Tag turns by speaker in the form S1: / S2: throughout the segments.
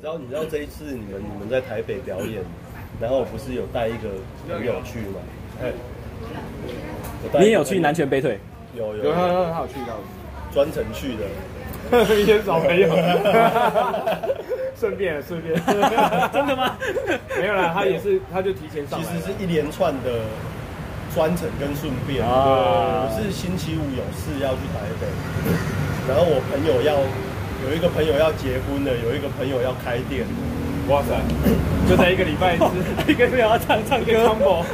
S1: 知道你知道这一次你们你们在台北表演，然后我不是有带一个朋友去吗？哎，我带一个
S2: 你也有去
S1: 朋友
S2: 南拳北腿，
S1: 有有
S3: 有他
S1: 有
S3: 他他有去到，
S1: 专程去的，
S3: 一些 老朋友，顺便顺便，
S2: 真的吗？
S3: 没有啦，他也是他就提前上
S1: 其
S3: 来
S1: 实
S3: 了，
S1: 是一连串的专程跟顺便。
S2: 啊
S1: 我是星期五有事要去台北，然后我朋友要有一个朋友要结婚了，有一个朋友要开店，
S3: 哇塞，就在一个礼 拜之
S2: 哦一个没有要唱唱
S3: 一个
S2: 歌，
S3: combo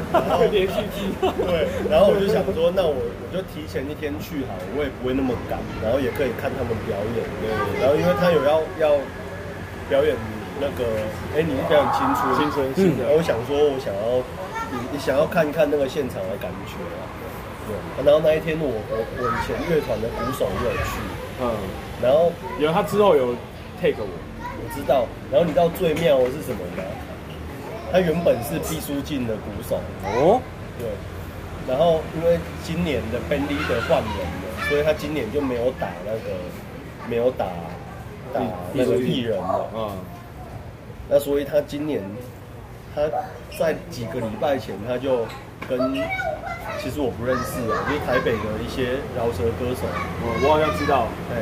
S3: 连续剧，
S1: 对，然后我就想说，那我我就提前一天去好了，我也不会那么赶，然后也可以看他们表演。对，然后因为他有要要表演那个，哎，你是表演青春，嗯
S3: 青春是的
S1: 然后我想说，我想要你你想要看看那个现场的感觉啊。对，然后那一天我我我以前乐团的鼓手也有去，
S3: 嗯，
S1: 然后
S3: 有他之后有 take 我，
S1: 我知道，然后你知道最妙的是什么吗？他原本是毕书尽的鼓手，
S2: 哦，
S1: 对，然后因为今年的 b e n d 的换人了，所以他今年就没有打那个，没有打打那个艺人了。
S3: 嗯，
S1: 那所以他今年他在几个礼拜前他就跟，其实我不认识啊，就是台北的一些饶舌歌手，
S3: 我我好像知道，
S1: 哎，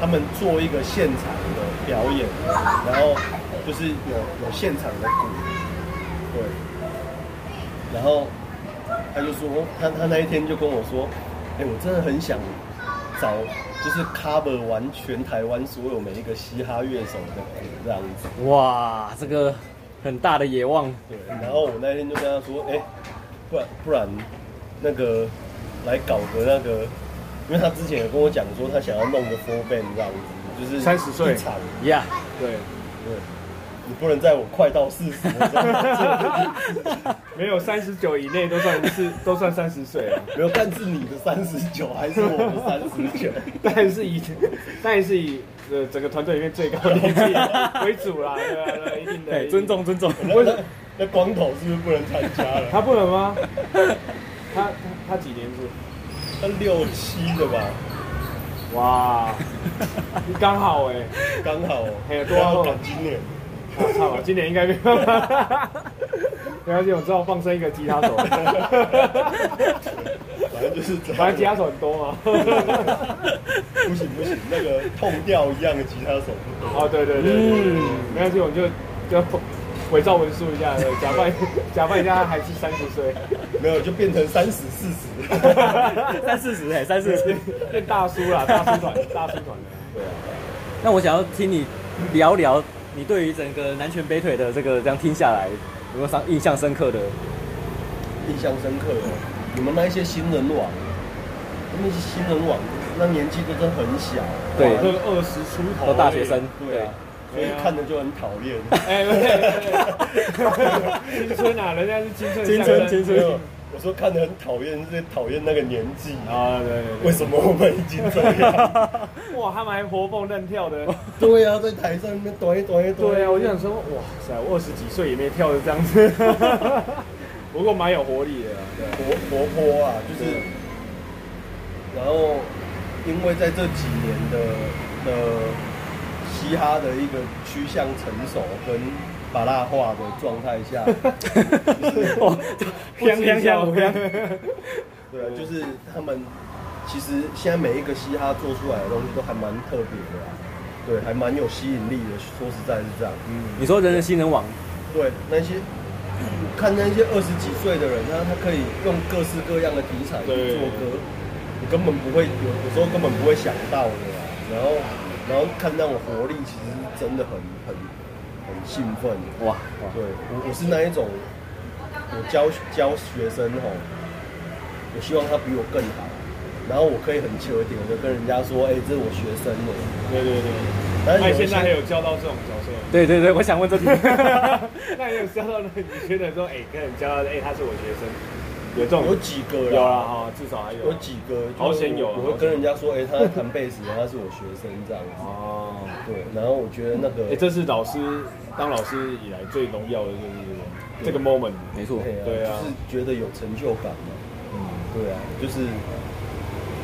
S1: 他们做一个现场的表演，然后就是有有现场的鼓，对，然后他就说，他他那一天就跟我说，哎、我真的很想找，就是 cover 完全台湾所有每一个嘻哈乐手的鼓这样子，
S2: 哇，这个很大的野望，
S1: 对，然后我那天就跟他说，哎、不然不然那个来搞个那个，因为他之前有跟我讲说他想要弄个 four band 这样子，就是
S3: 30岁
S1: 一场，
S2: 呀、
S3: 对，
S1: 对，你不能在我快到四十的时候，
S3: 没有三十九以内都算是 都算三十岁了。
S1: 没有，但是你的三十九还是我的三十九，
S3: 但是以，但是以呃整个团队里面最高年纪为主啦，对啊对啊，一 定的，
S2: 哎
S3: 一定
S2: 尊。重尊重，
S1: 那那那光头是不是不能参加了？
S3: 他不能吗？他他他几年是？
S1: 他六七的吧，
S3: 哇，刚好哎、
S1: 刚好，
S3: 哎呀多
S1: 刚好
S3: 好
S1: 赶今 年，
S3: 我、啊、操，今年应该没有。没关系，我知道放生一个吉他手，
S1: 反正就是这样
S3: 反正吉他手很多嘛。
S1: 不行不行，那个痛调一样的吉他手不
S3: 哦，对对对对对，没关系，我们就就伪造文书一下，对假扮假扮一下他还是三十岁，
S1: 对，没有就变成三十四十，
S2: 三四十哎，三四十。
S3: 变大叔啦，大叔团，大叔团的。
S1: 对啊，
S2: 那我想要听你聊聊你对于整个南拳北腿的这个这样听下来，有没有上印象深刻的？
S1: 印象深刻哦。你们那一些新人网，那些新人网那年纪都真的很小，
S2: 对
S3: 都二十出头，
S2: 都大学生，
S1: 对啊，所以
S3: 对啊
S1: 看着就很讨厌。
S3: 哎，不是青春啊，人家是青春
S2: 青
S3: 象
S2: 春
S3: 征，
S2: 青
S1: 没有
S2: 春，
S1: 我说看得很讨厌，是讨厌那个年纪。
S3: 啊，对对
S1: 为什么我们已经这样？
S3: 对，哇，他们还活蹦乱跳 的，
S1: 对啊，在台上面短一短一短。
S3: 对啊，我就想说，哇塞，我二十几岁也没跳的这样子， 不过蛮有活力的啊，对
S1: 活活泼啊，就是
S3: 对，
S1: 然后因为在这几年的的嘻哈的一个趋向成熟跟把蜡化的状态下，
S2: 哇，
S3: 香香 香香，
S1: 对啊，就是他们其实现在每一个嘻哈做出来的东西都还蛮特别的、啊，对，还蛮有吸引力的。说实在是这样，
S2: 你说人人新人网，
S1: 对，那些看那些二十几岁的人，他他可以用各式各样的题材去
S3: 对
S1: 做歌，你根本不会有有时候根本不会想到的啦。然后然后看那种活力，其实是真的很很很兴奋。
S2: 哇，
S1: 对，我我是那一种，我教教学生吼，我希望他比我更好，然后我可以很求点的跟人家说，哎、这是我学生的。
S3: 对对对，
S1: 但是
S3: 那你
S1: 有一
S3: 现
S1: 些
S3: 在还哎有教到这种角色？
S2: 对对对，我想问这 题，
S3: 那你有教到那你觉得说，哎，跟人教到，哎，他是我学生，有这种
S1: 有几个
S3: 有啊啦哈，至少还有
S1: 有几个就是
S3: 好险有啊
S1: 我会跟人家说，哎、他在弹贝斯，他是我学生这样子。
S3: 哦。
S1: 对，然后我觉得那个，
S3: 哎、这是老师当老师以来最荣耀的就是这个这个 moment。
S2: 没错，
S1: 嘿啊
S3: 对啊
S1: 就是觉得有成就感嘛。
S3: 嗯，
S1: 对啊，就是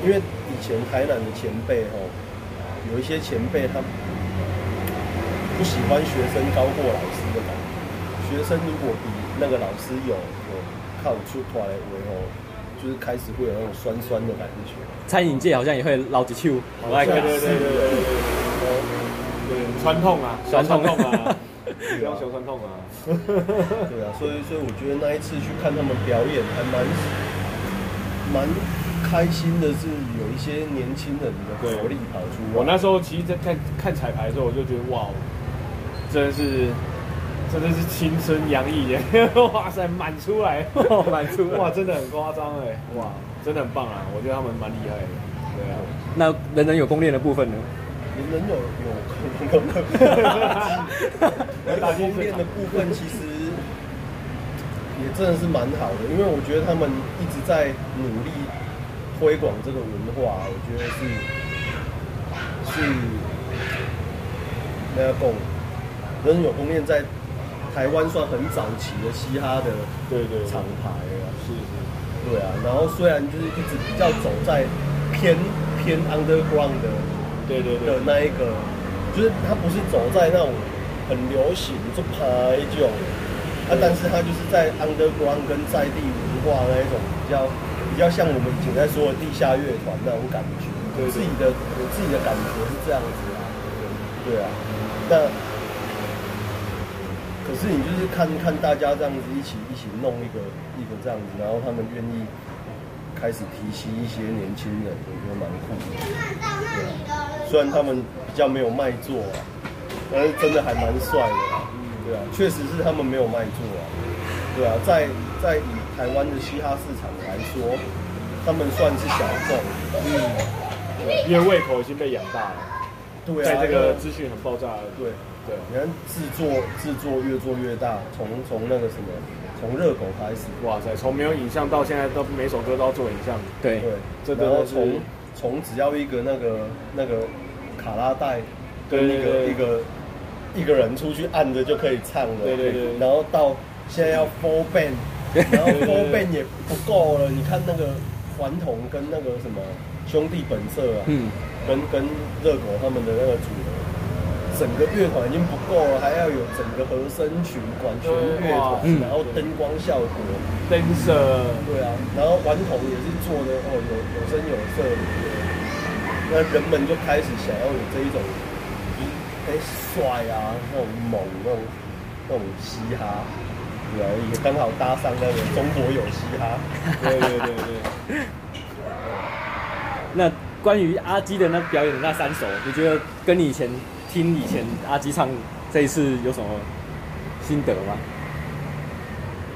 S1: 因为以前台南的前辈吼，有一些前辈他不喜欢学生高过老师的感觉。学生如果比那个老师有有靠出团来维哦，就是开始会有那种酸酸的感觉。
S2: 餐饮界好像也会捞几球，我爱看
S3: 对对对对对对对，传统啊，小传统啊，不要小传统啊。
S1: 对啊，所以所以我觉得那一次去看他们表演还蛮蛮开心的，是有一些年轻人的
S3: 对
S1: 活力跑出来。
S3: 我那时候其实，在看看彩排的时候，我就觉得哇，真的是真的是青春洋溢耶！哇塞，满出来，
S2: 满出来
S3: 哇，真的很夸张哎，哇，真的很棒啊！我觉得他们蛮厉害的，对啊。
S2: 那人人有攻略的部分呢？
S1: 你们有有有 有 打
S3: 进
S1: 攻
S3: 去
S1: 面的部分，其实也真的是蛮好的，因为我觉得他们一直在努力推广这个文化，我觉得是是那要讲，人有宫面在台湾算很早期的嘻哈的
S3: 对对对
S1: 厂牌啊，
S3: 是是，
S1: 对啊，然后虽然就是一直比较走在偏偏 underground 的。
S3: 对对对
S1: 的，那一个，就是他不是走在那种很流行就排酒，啊，但是他就是在 underground 跟在地文化那一种比较比较像我们以前在说的地下乐团那种感觉，
S3: 对对
S1: 我自己的我自己的感觉是这样子啊，对啊，那可是你就是看看大家这样子一起一起弄一个一个这样子，然后他们愿意开始提携一些年轻人，我觉得蛮酷的。虽然他们比较没有卖座啊，但是真的还蛮帅的啊、对啊，确实是他们没有卖座啊，对啊，在在以台湾的嘻哈市场来说，他们算是小众，
S3: 因为胃口已经被养大了，
S1: 对啊，
S3: 在这个
S1: 因为
S3: 资讯很爆炸，
S1: 对，
S3: 对
S1: 你看制作制作越做越大，从从那个什么，从热狗开始，
S3: 哇塞，从没有影像到现在都每首歌都要做影像，
S2: 对，
S1: 对，
S3: 哎这
S1: 然后
S3: 个是
S1: 从从只要一个那个那个卡拉带
S3: 对
S1: 跟一
S3: 对
S1: 个
S3: 对
S1: 一个一个人出去按着就可以唱了，
S3: 对对对
S1: 然后到现在要 full band，然后
S3: 对对
S1: full
S3: 对
S1: band 也不够了，你看那个顽童跟那个什么兄弟本色啊，
S2: 嗯，
S1: 跟跟热狗他们的那个组合。整个乐团已经不够了，还要有整个和声群、管弦
S3: 对
S1: 乐团，
S3: 哇
S2: 嗯
S1: 然后灯光效果，
S3: dancer，
S1: 对啊，然后顽童也是做的哦，有有声有色，那人们就开始想要有这一种，就是哎帅啊，那种猛那种那种嘻哈，对啊，也刚好搭上那个中国有嘻哈，
S3: 对对对对。
S2: 那关于阿基的那表演的那三首，你觉得跟你以前听以前阿基唱这一次有什么心得吗？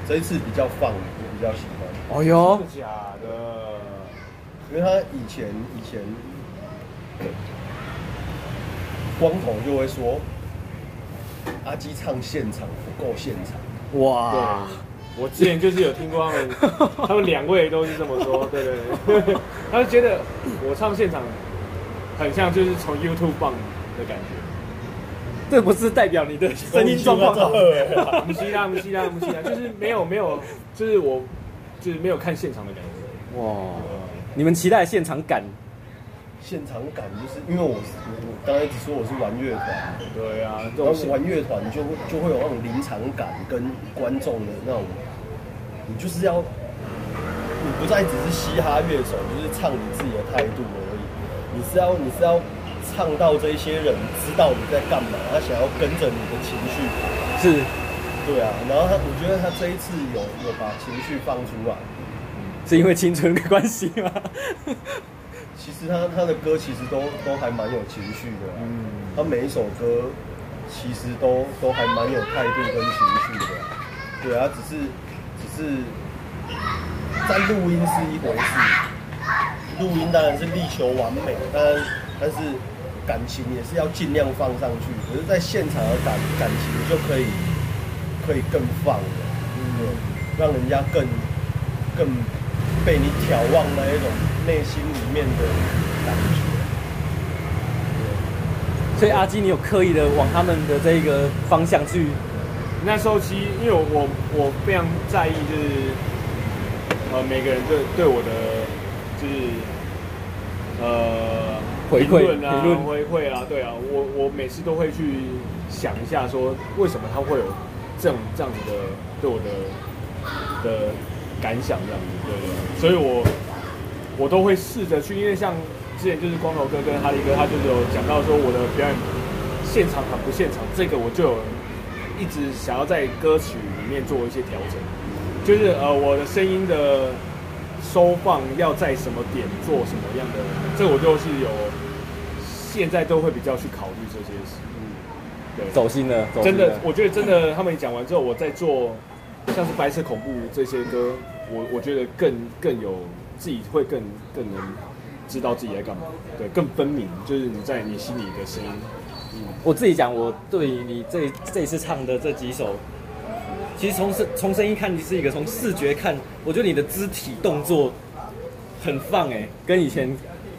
S1: 这一次比较放，我比较喜欢，
S2: 哦哟，
S3: 真的假的？
S1: 因为他以前以前光头就会说，阿基唱现场不够现场。
S3: 啊
S2: 哇，
S3: 对，我之前就是有听过他 们，他们两位都是这么说，对对 对，他就觉得我唱现场很像就是从 YouTube 放的感觉，
S2: 这不是代表你的声音状 况好？
S3: 我们西拉我们西拉我们西 拉，就是没有没有，就是我就是没有看现场的感觉，
S2: 哇，你们期待现场感？
S1: 现场感就是因为我是我我刚才只说我是玩乐团，
S3: 对啊，这
S1: 然后
S3: 种现
S1: 玩乐团就会就会有那种临场感跟观众的那种，你就是要你不再只是嘻哈乐手，就是唱你自己的态度而已，你是要你是要唱到这些人知道你在干嘛，他想要跟着你的情绪，
S2: 是
S1: 对啊，然后他我觉得他这一次有有把情绪放出来，
S2: 是因为青春的关系吗？
S1: 其实他他的歌其实都都还蛮有情绪的、嗯，他每一首歌其实都都还蛮有态度跟情绪的、对啊，只是只是在录音是一回事，录音当然是力求完美，当然但是感情也是要尽量放上去，可是在现场的感感情就可以可以更放了，对，让人家更更被你眺望的一种内心里面的感觉。
S2: 所以阿基，你有刻意的往他们的这个方向去？
S3: 那时候其实因为我我非常在意，就是呃每个人对对我的就是呃
S2: 回
S3: 评
S2: 馈
S3: 论啊
S2: 评论
S3: 回馈啊，对啊，我我每次都会去想一下，说为什么他会有这种这样子的对我的的感想这样子，对对对所以我我都会试着去，因为像之前就是光头哥跟哈利哥，他就是有讲到说我的表演现场很不现场，这个我就有一直想要在歌曲里面做一些调整，就是呃我的声音的收放要在什么点做什么样的，这我就是有现在都会比较去考虑这些事。对，
S2: 走心了，走心
S3: 真的
S2: 了，
S3: 我觉得真的他们讲完之后，我在做像是白色恐怖这些歌，我我觉得更更有自己会更更能知道自己在干嘛，对，更分明，就是你在你心里的声音。
S2: 我自己讲，我对于你这这一次唱的这几首，其实从声从声音看，你是一个从视觉看，我觉得你的肢体动作很放哎、跟以前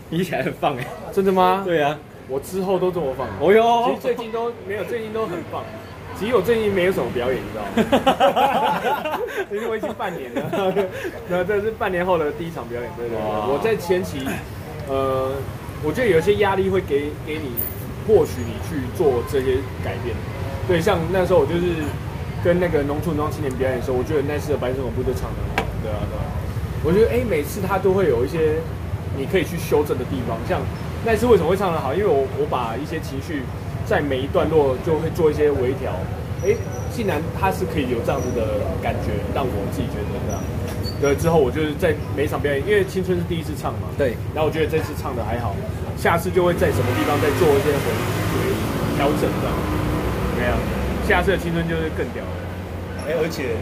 S2: 比起来很 放哎、
S3: 真的吗？
S2: 对啊，
S3: 我之后都这么放。
S2: 哦哟
S3: 其实最近都没有，最近都很棒。其实我最近没有什么表演，你知道吗？其实我已经半年了， 那这是半年后的第一场表演，对对对。
S2: 哇
S3: 我在前期，呃，我觉得有一些压力会给给你，迫许你去做这些改变。对，像那时候我就是跟那个农村庄青年表演的时候，我觉得那次的白色恐怖就唱的很好，对啊对啊。我觉得哎、诶每次他都会有一些你可以去修正的地方。像那次为什么会唱得好？因为我我把一些情绪在每一段落就会做一些微调。哎、竟然他是可以有这样子的感觉，让我自己觉得这样。对，啊呃之后我就是在每一场表演，因为青春是第一次唱嘛，
S2: 对，
S3: 然后我觉得这次唱的还好，下次就会在什么地方再做一些回回调整这样。没有，下次的青春就是更屌了。
S1: 哎、而且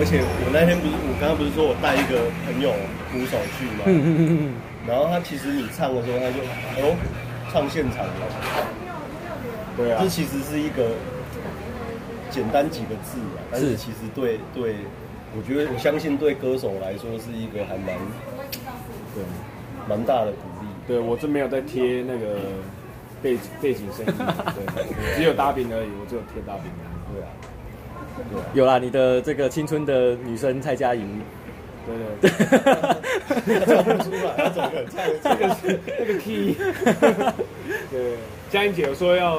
S1: 而且我那天不是我刚刚不是说我带一个朋友鼓手去吗？
S2: 嗯嗯嗯嗯，
S1: 然后他其实你唱的时候，他就哎呦唱现场了，
S3: 对啊
S1: 这其实是一个简单几个字啊，但是
S2: 是
S1: 其实对对，我觉得我相信对歌手来说是一个还蛮
S3: 对。
S1: 蛮大的鼓励。
S3: 对我这没有在贴那个背背景声音，对，只有大饼而已，我只有贴大饼。
S1: 对啊，对啊，
S2: 有啦，你的这个青春的女生蔡佳莹，
S3: 对对对，
S1: 他唱不出来，他怎么可能唱得出
S3: 这
S1: 来？
S3: 个是那个 key。对， 佳音姐有说要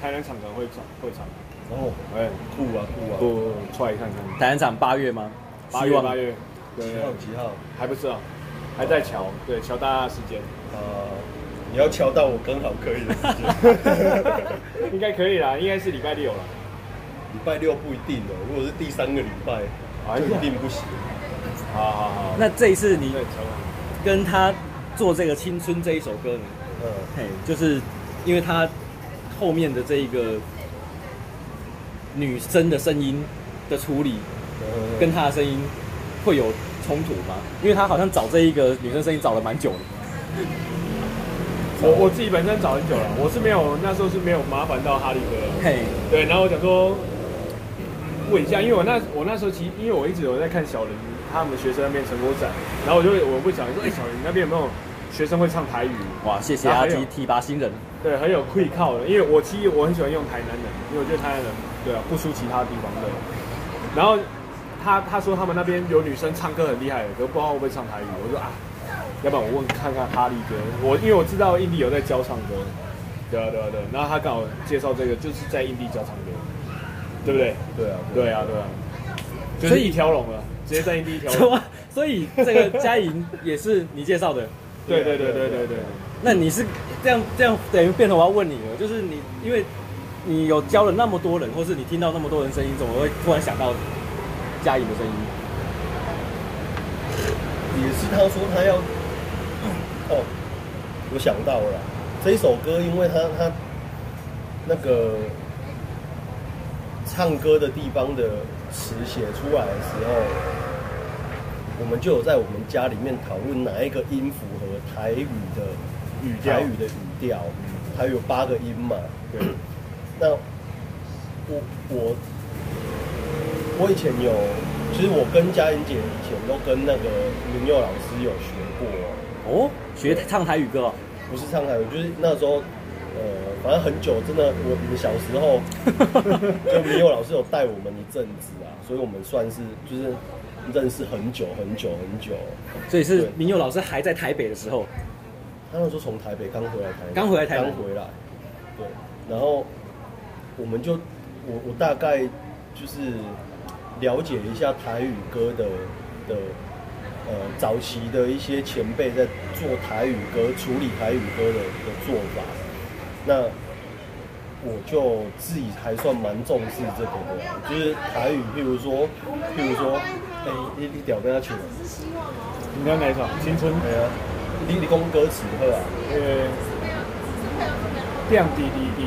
S3: 台南场可能会唱会唱，
S1: 然后
S3: 哎，
S1: 酷啊酷啊，
S3: 我出来看看。
S2: 台南场八月吗？
S3: 八
S2: 希
S3: 月
S2: 望
S3: 八，月，对
S1: 几
S3: 对
S1: 号，几号？
S3: 还不知道，还在瞧，对，瞧大家的时间，
S1: 呃，你要敲到我刚好可以的时间。
S3: 应该可以啦，应该是礼拜六了。
S1: 礼拜六不一定哦，如果是第三个礼拜，
S3: 哎
S1: 就
S3: 呀
S1: 一定不行。
S3: 好好好，
S2: 那这一次你
S3: 对，瞧完。
S2: 跟他做这个《青春》这一首歌呢？
S1: 嗯，
S2: 嘿，就是因为他后面的这一个女生的声音的处理，
S1: 嗯
S2: 跟他的声音会有冲突吗？因为他好像找这一个女生声音找了蛮久的，
S3: 我我自己本身找很久了，我是没有那时候是没有麻烦到哈利哥啦。
S2: 嘿，
S3: 对，然后我想说问一下，因为我那我那时候其实因为我一直有在看小林他们学生那边成果展，然后我就我会想说，哎、小林那边有没有学生会唱台语？
S2: 哇，谢谢
S3: 然后
S2: 阿
S3: 还有
S2: 基提拔新人，
S3: 对，很有愧靠的，因为我其实我很喜欢用台南人，因为我觉得台南人对啊不输其他地方的。然后他他说他们那边有女生唱歌很厉害的，可不知道会不会唱台语。我说啊，要不然我问看看哈利哥，我因为我知道印地有在教唱歌，对啊对啊对啊然后他刚好介绍这个就是在印地教唱歌，对不对？
S1: 对啊，
S3: 对啊对啊，就
S2: 所
S3: 是
S2: 以
S3: 一条龙了，直接在印地一条
S2: 所
S3: 龙。
S2: 以 所以这个佳莹也是你介绍的，
S3: 对对对对对对。
S2: 那你是这样这样等于变成我要问你了，就是你因为你有教了那么多人，或是你听到那么多人声音，怎么会突然想到佳莹的声音？
S1: 也是他说他要， 哦，我想到了啦，这一首歌，因为他他那个唱歌的地方的词写出来的时候，我们就有在我们家里面讨论哪一个音符合台语的
S3: 语调
S1: 台语的语调，它有八个音嘛，
S3: 对
S1: 那我我我以前有，其实我跟嘉玲姐以前都跟那个明佑老师有学过，
S2: 哦，学唱台语歌、哦。
S1: 不是唱台语，就是那时候呃，反正很久，真的我我们小时候就明佑老师有带我们一阵子啊，所以我们算是就是认识很久很久很久，
S2: 所以是
S1: 对
S2: 民佑老师还在台北的时候，
S1: 他那时候从台北刚回来台南，
S2: 刚回来台南
S1: 刚回来，对，然后我们就我我大概就是了解一下台语歌的的呃早期的一些前辈在做台语歌、处理台语歌的的做法，那我就自己还算蛮重视这个的，就是台语，譬如说，譬如说，哎、你你屌跟他去了，
S3: 你看哪一首？青春，
S1: 哎呀，你你讲歌词好啊，
S3: 呃，亮滴滴滴，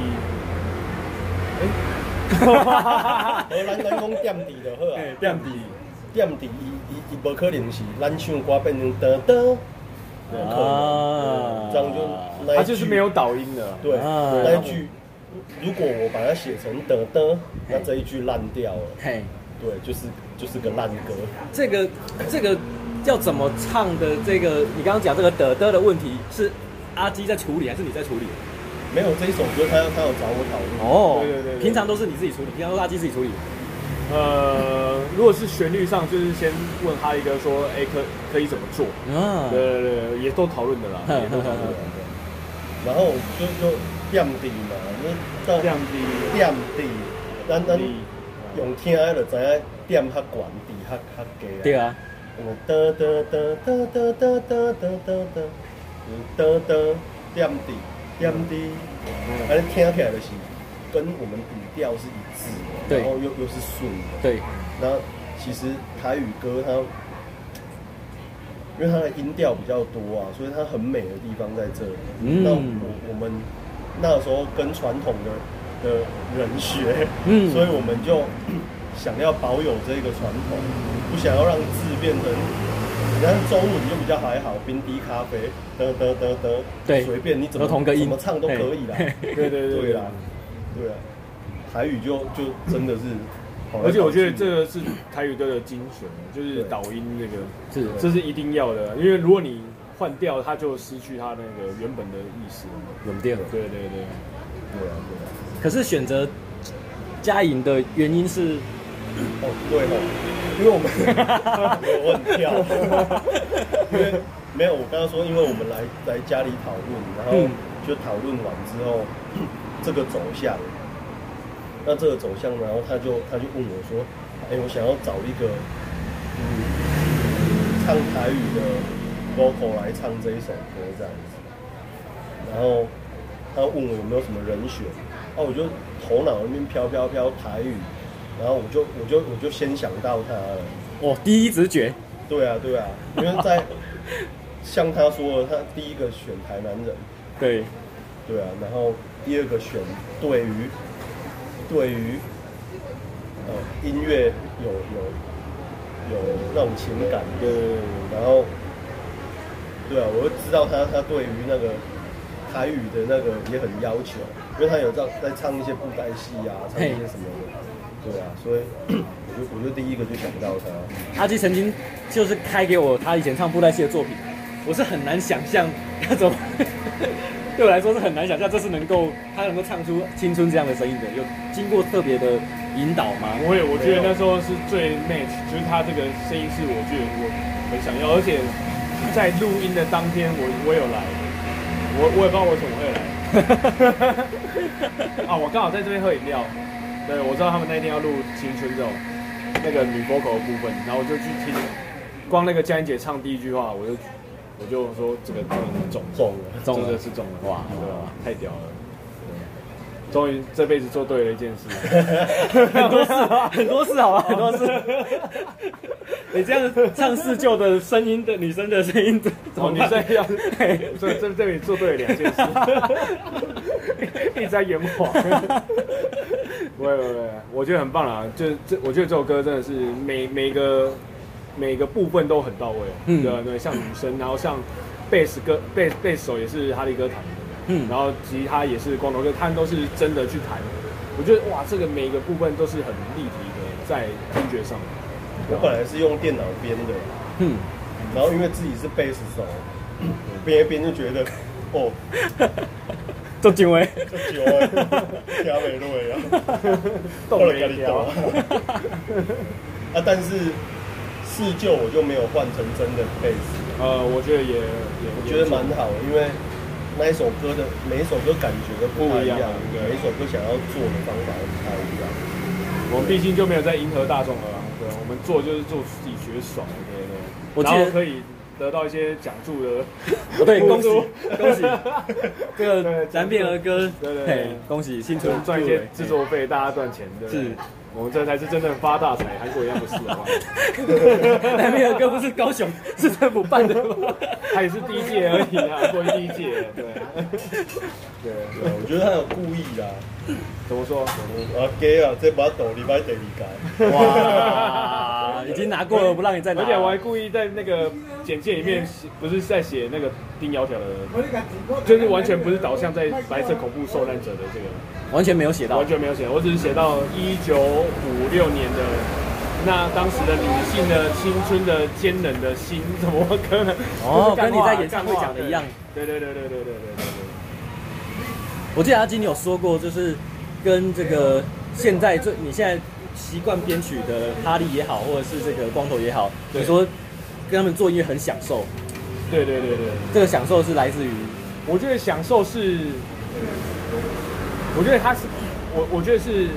S3: 哎、
S1: 荷兰人讲点滴就好啊，
S3: 哎亮滴，
S1: 点滴伊伊伊无可能是咱唱歌变成噔噔，不可能，对这样就那一句
S3: 他啊就是没有导音的啦。
S1: 对
S2: 啊
S1: 那一句，如果我把它写成噔噔，那这一句烂掉了，
S2: 嘿，
S1: 对，就是就是个烂歌，
S2: 这个这个要怎么唱的？这个你刚刚讲这个的的的问题是阿基在处理还是你在处理？
S1: 没有这一首歌，他要他有找我讨论，
S2: 哦
S3: 对对对对
S2: 平常都是你自己处理，平常都是阿基自己处理。
S3: 呃，如果是旋律上，就是先问哈利哥说，哎、可可以怎么做？
S2: 啊，
S3: 对对对对，也都讨论的啦，也都讨论的。
S1: 然后就就点滴嘛，就到
S3: 亮滴，
S1: 点滴，咱咱
S3: 滴，
S1: 用听的就知影点较悬，滴较较低啊。
S2: 对。啊，
S1: 嗯，得得得得得得得得得得，嗯，得得点滴点滴，反正听起来就是跟我们语调是一致的，
S2: 对
S1: 然后又又是顺的。
S2: 对，
S1: 那其实台语歌它，因为它的音调比较多啊，所以它很美的地方在这里。
S2: 嗯
S1: 那我我们那时候跟传统的的人学，
S2: 嗯
S1: 所以我们就想要保有这个传统，不想要让字变成。你看中文就比较还好，冰滴咖啡，得得得得，
S2: 对
S1: 随便你怎
S2: 都
S1: 么
S2: 同个音
S1: 怎么唱都可以啦。
S2: 嘿
S3: 对对对
S1: 对 啦，对啊，台语就就真的是跑来跑去，
S3: 而且我觉得这个是台语歌的精髓，就是
S1: 对
S3: 导音这个，
S2: 是
S3: 这是一定要的，因为如果你换掉，它就失去它那个原本的意思了。
S2: 稳定。
S3: 对对对，
S1: 对啊对啊。
S2: 可是选择嘉颖的原因是，
S1: 哦，对哦，因为我们我很跳，因为没有我刚刚说，因为我们来来家里讨论，然后
S2: 嗯
S1: 就讨论完之后，这个走向，那这个走向，然后他就他就问我说，哎、我想要找一个嗯唱台语的 vocal 来唱这一首歌这样子，然后他问我有没有什么人选，啊，我就头脑那边飘飘飘台语，然后我就我就我就先想到他了。
S2: 哦，第一直觉，
S1: 对啊，对啊，因为在 像他说的，他第一个选台南人，
S2: 对，
S1: 对啊，然后第二个选对于对于呃音乐有有有那种情感，对对对，然后对啊，我就知道他他对于那个台语的那个也很要求，因为他有在在唱一些布袋戏啊，唱一些什么的，对啊，所以我就我就第一个就想到他，
S2: 阿基曾经就是开给我他以前唱布袋戏的作品，我是很难想象要怎么， 对我来说是很难想象这是能够他能够唱出青春这样的声音的，有经过特别的引导 吗？
S3: 我也我觉得那时候是最 match，就是他这个声音是我觉得我很想要，而且在录音的当天我我有来，我我也不知道为什么会来。啊，我刚好在这边喝饮料。对，我知道他们那天要录《青春》这种那个女 vocal 的部分，然后我就去听，光那个佳音姐唱第一句话，我就我就说这个真的是中了，
S1: 中了。
S2: 中了
S3: 真的是中了，哇，对吧？太屌了，对终于这辈子做对了一件事。
S2: 很多事，很多事，好吧，很多事。 你这样唱四舅的声音的女生的声音，怎么
S3: 哦，你
S2: 办
S3: 在要
S2: 嘿
S3: 这这这里做对了两件事， 一直在圆谎。喂喂喂，我觉得很棒啦，就这，我觉得这首歌真的是每每个每个部分都很到位，
S2: 嗯
S3: 对啊对，像女生，然后像贝斯歌贝贝斯手也是哈利哥弹的，
S2: 嗯
S3: 然后吉他也是光头哥，他们都是真的去弹。我觉得哇，这个每个部分都是很立体的，在听觉上。
S1: 我本来是用电脑编的，
S2: 嗯，
S1: 然后因为自己是贝斯手，编一编就觉得，哦，
S2: 周景威，
S1: 这酒啊，加美瑞啊，
S3: 动了
S1: 了
S3: 一条。
S1: 啊，但是试旧我就没有换成真的贝斯，
S3: 呃，我觉得也也
S1: 我觉得蛮好的，因为那一首歌的每一首歌感觉都不太一样，
S3: 不一样对
S1: 每一首歌想要做的方法都不太一样。
S3: 我们毕竟就没有在迎合大众了啊，对啊，我们做就是做自己觉得爽的，对对。
S2: 我记
S3: 然
S2: 得
S3: 后可以得到一些奖 助的，
S2: 哦对，恭喜
S3: 付出
S2: 恭喜，这个
S3: 对
S2: 难辨儿歌，
S3: 对对对
S2: 嘿，恭喜新
S3: 就
S2: 春
S3: 赚一
S2: 入
S3: 些
S2: 围
S3: 制作费，大家赚钱，对不对
S2: 是
S3: 我们这才是真正发大财，韩国一样不是，好不 好？
S2: 南边的歌不是高雄 市政府办的吗？
S3: 他也是第一届而已啊，过第一届，对，对，
S1: 对，我觉得他有故意的、啊。
S3: 怎么说？
S1: 啊，gay 啊，这把抖礼拜得你改。
S2: 哇，啊已经拿 过了，不让你再拿。
S3: 而且我还故意在那个简介里面写，不是在写那个丁窈窕的，就是完全不是导向在白色恐怖受难者的这个，
S2: 完全没有写到
S3: 完，全没有写，我只是写到一九五六年的。那当时的理性的、青春的、坚韧的心，怎么可能？
S2: 哦
S3: 就是干
S2: 跟你
S3: 话
S2: 在演唱会
S3: 干话
S2: 讲的一样
S3: 对。对对对对对对对对。
S2: 我记得他今天有说过，就是跟这个现在最你现在习惯编曲的哈利也好，或者是这个光头也好，
S3: 对
S2: 你说跟他们做音乐很享受，
S3: 对对对对，
S2: 这个享受是来自于
S3: 我觉得享受是，我觉得他是，我我觉得是，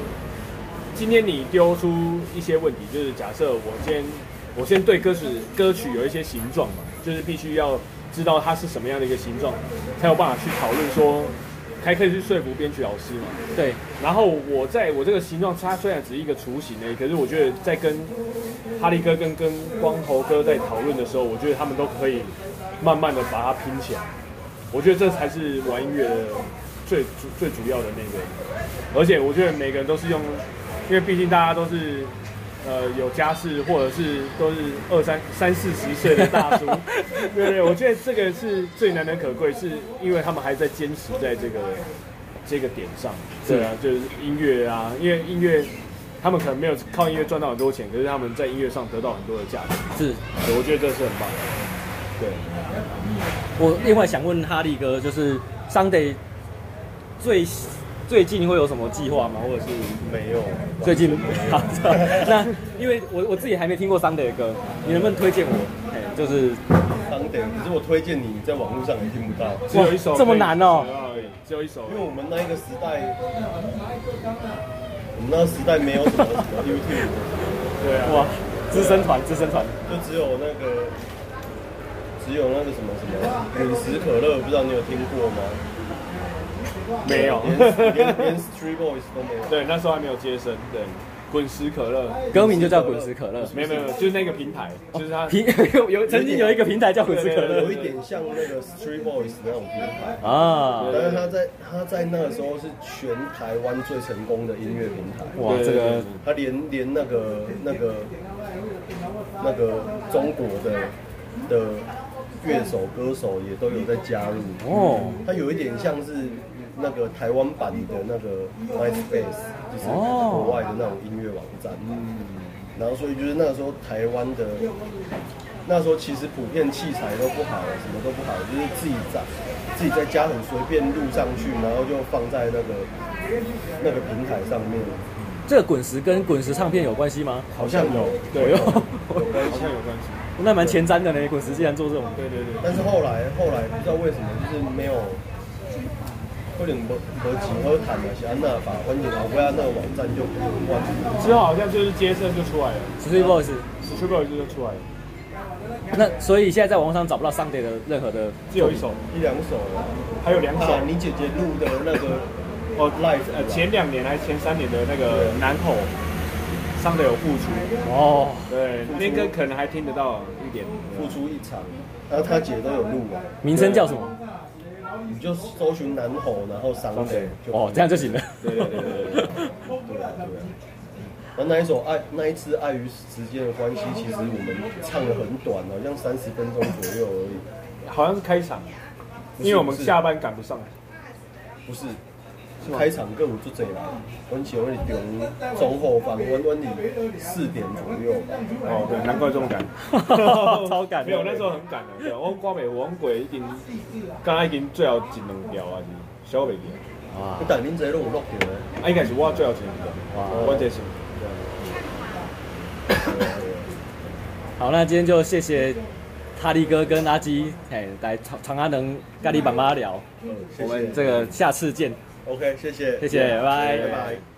S3: 今天你丢出一些问题，就是假设我今天我先对歌曲歌曲有一些形状嘛，就是必须要知道它是什么样的一个形状，才有办法去讨论说，才可以去说服编曲老师嘛。
S2: 对
S3: 然后我在我这个形状，它虽然只是一个雏形而已，可是我觉得在跟哈利哥跟跟光头哥在讨论的时候，我觉得他们都可以慢慢的把它拼起来。我觉得这才是玩音乐的最主最主要的那个，而且我觉得每个人都是用，因为毕竟大家都是呃有家室或者是都是二三三四十岁的大叔，对不对？我觉得这个是最难能可贵，是因为他们还在坚持在这个这个点上。对啊，就是音乐啊，因为音乐他们可能没有靠音乐赚到很多钱，可是他们在音乐上得到很多的价值，
S2: 是
S3: 对我觉得这是很棒的。对，
S2: 我另外想问哈利哥，就是 Sunday 最最近会有什么计划吗？或者是
S1: 没有，
S2: 最近好，那 因为我我自己还没听过 Sunday 的歌，你能不能推荐我？哎，就是
S1: 当得，可是我推荐你在网络上也听不到，
S3: 只有一首
S2: 这么难哦
S3: 可以，只有一首
S1: 因为我们那一个时代，我们那个时代没有什么什么 YouTube，
S3: 对啊，
S2: 哇，资深团资深团，
S1: 就只有那个只有那个什么什么陨石可乐，不知道你有听过吗？
S3: 没有，
S1: 连连连 Street Boys 都没有。
S3: 对，那时候还没有接生，对，滚石可乐，
S2: 歌名就叫滚石可 乐。
S3: 没有没有，没有就是那个平台，就是它，
S2: 哦平有有曾经有一个平台叫滚石可
S1: 有
S2: 乐
S1: 一点像那个 Street Boys 那种平台，
S2: 啊，
S1: 但是他在他在那个时候是全台湾最成功的音乐平台，
S2: 哇，
S3: 对
S2: 这
S3: 对
S2: 个
S1: 他连连那个那个那个中国的的乐手歌手也都有在加入，
S2: 哦
S1: 他有一点像是那个台湾版的那个 MySpace，就是
S2: 哦
S1: 国外的那种音乐网站。然后所以就是那个时候台湾的，那时候其实普遍器材都不好，什么都不好，就是自己在自己在家很随便录上去，然后就放在那个那个平台上面，
S2: 这个滚石跟滚石唱片有关系吗？
S1: 好像有。
S3: 对，
S2: 有
S3: 好像有关系，
S2: 那蛮前瞻的呢，滚石竟然做这种。
S3: 对对对，
S1: 但是后来后来不知道为什么就是没有，有点没没钱喝谈了，想那把关键老归啊那个网站就关了。
S3: 之后好像就是接生就出来了
S2: Street Boys，
S3: s t r i p e r 就出来了，
S2: 那所以现在在网络上找不到 Sunday 的任何的，
S3: 只有一首，
S1: 一两首啊，
S3: 还有两首
S1: 啊，，你姐姐录的那个
S3: 哦
S1: live
S3: 呃前两年还是前三年的那个南口，上的有付出，
S2: 哦，
S3: 对
S1: 付，出
S3: 那个可能还听得到一点，
S1: 付出一场，然后她姐都有录啊，
S2: 名称叫什么？
S1: 你就搜寻男吼，然后伤悲就
S2: 哦，这样就行了。
S3: 对对对对对对，
S1: 对啊对啊。然后那一首爱那一次碍于时间的关系，其实我们唱的很短，好像三十分钟左右而已。
S3: 好像是开场，
S1: 不是
S3: 因为我们
S1: 不是
S3: 下班赶不上，
S1: 不是，
S3: 是吗
S1: 开场歌有做这啦，阮是阮是中中后方，阮阮是四点左右吧。
S3: 哦，对，难怪这么赶，
S2: 超赶的
S3: 没有，那时候很赶的，对，我挂美王鬼已经，刚才已经最后一两条啊，是小袂记，
S2: 哇
S1: 你，但恁这都有录着的。
S3: 啊，应该是我最后一条，
S2: 哇
S3: 我这是，
S1: 对啊对啊
S2: 好，那今天就谢谢哈利哥跟阿基，哎，来长长安能咖喱爸妈聊，
S1: 嗯，谢谢
S2: 我们这个下次见，
S1: OK，谢谢，
S2: 谢谢，拜
S1: 拜拜。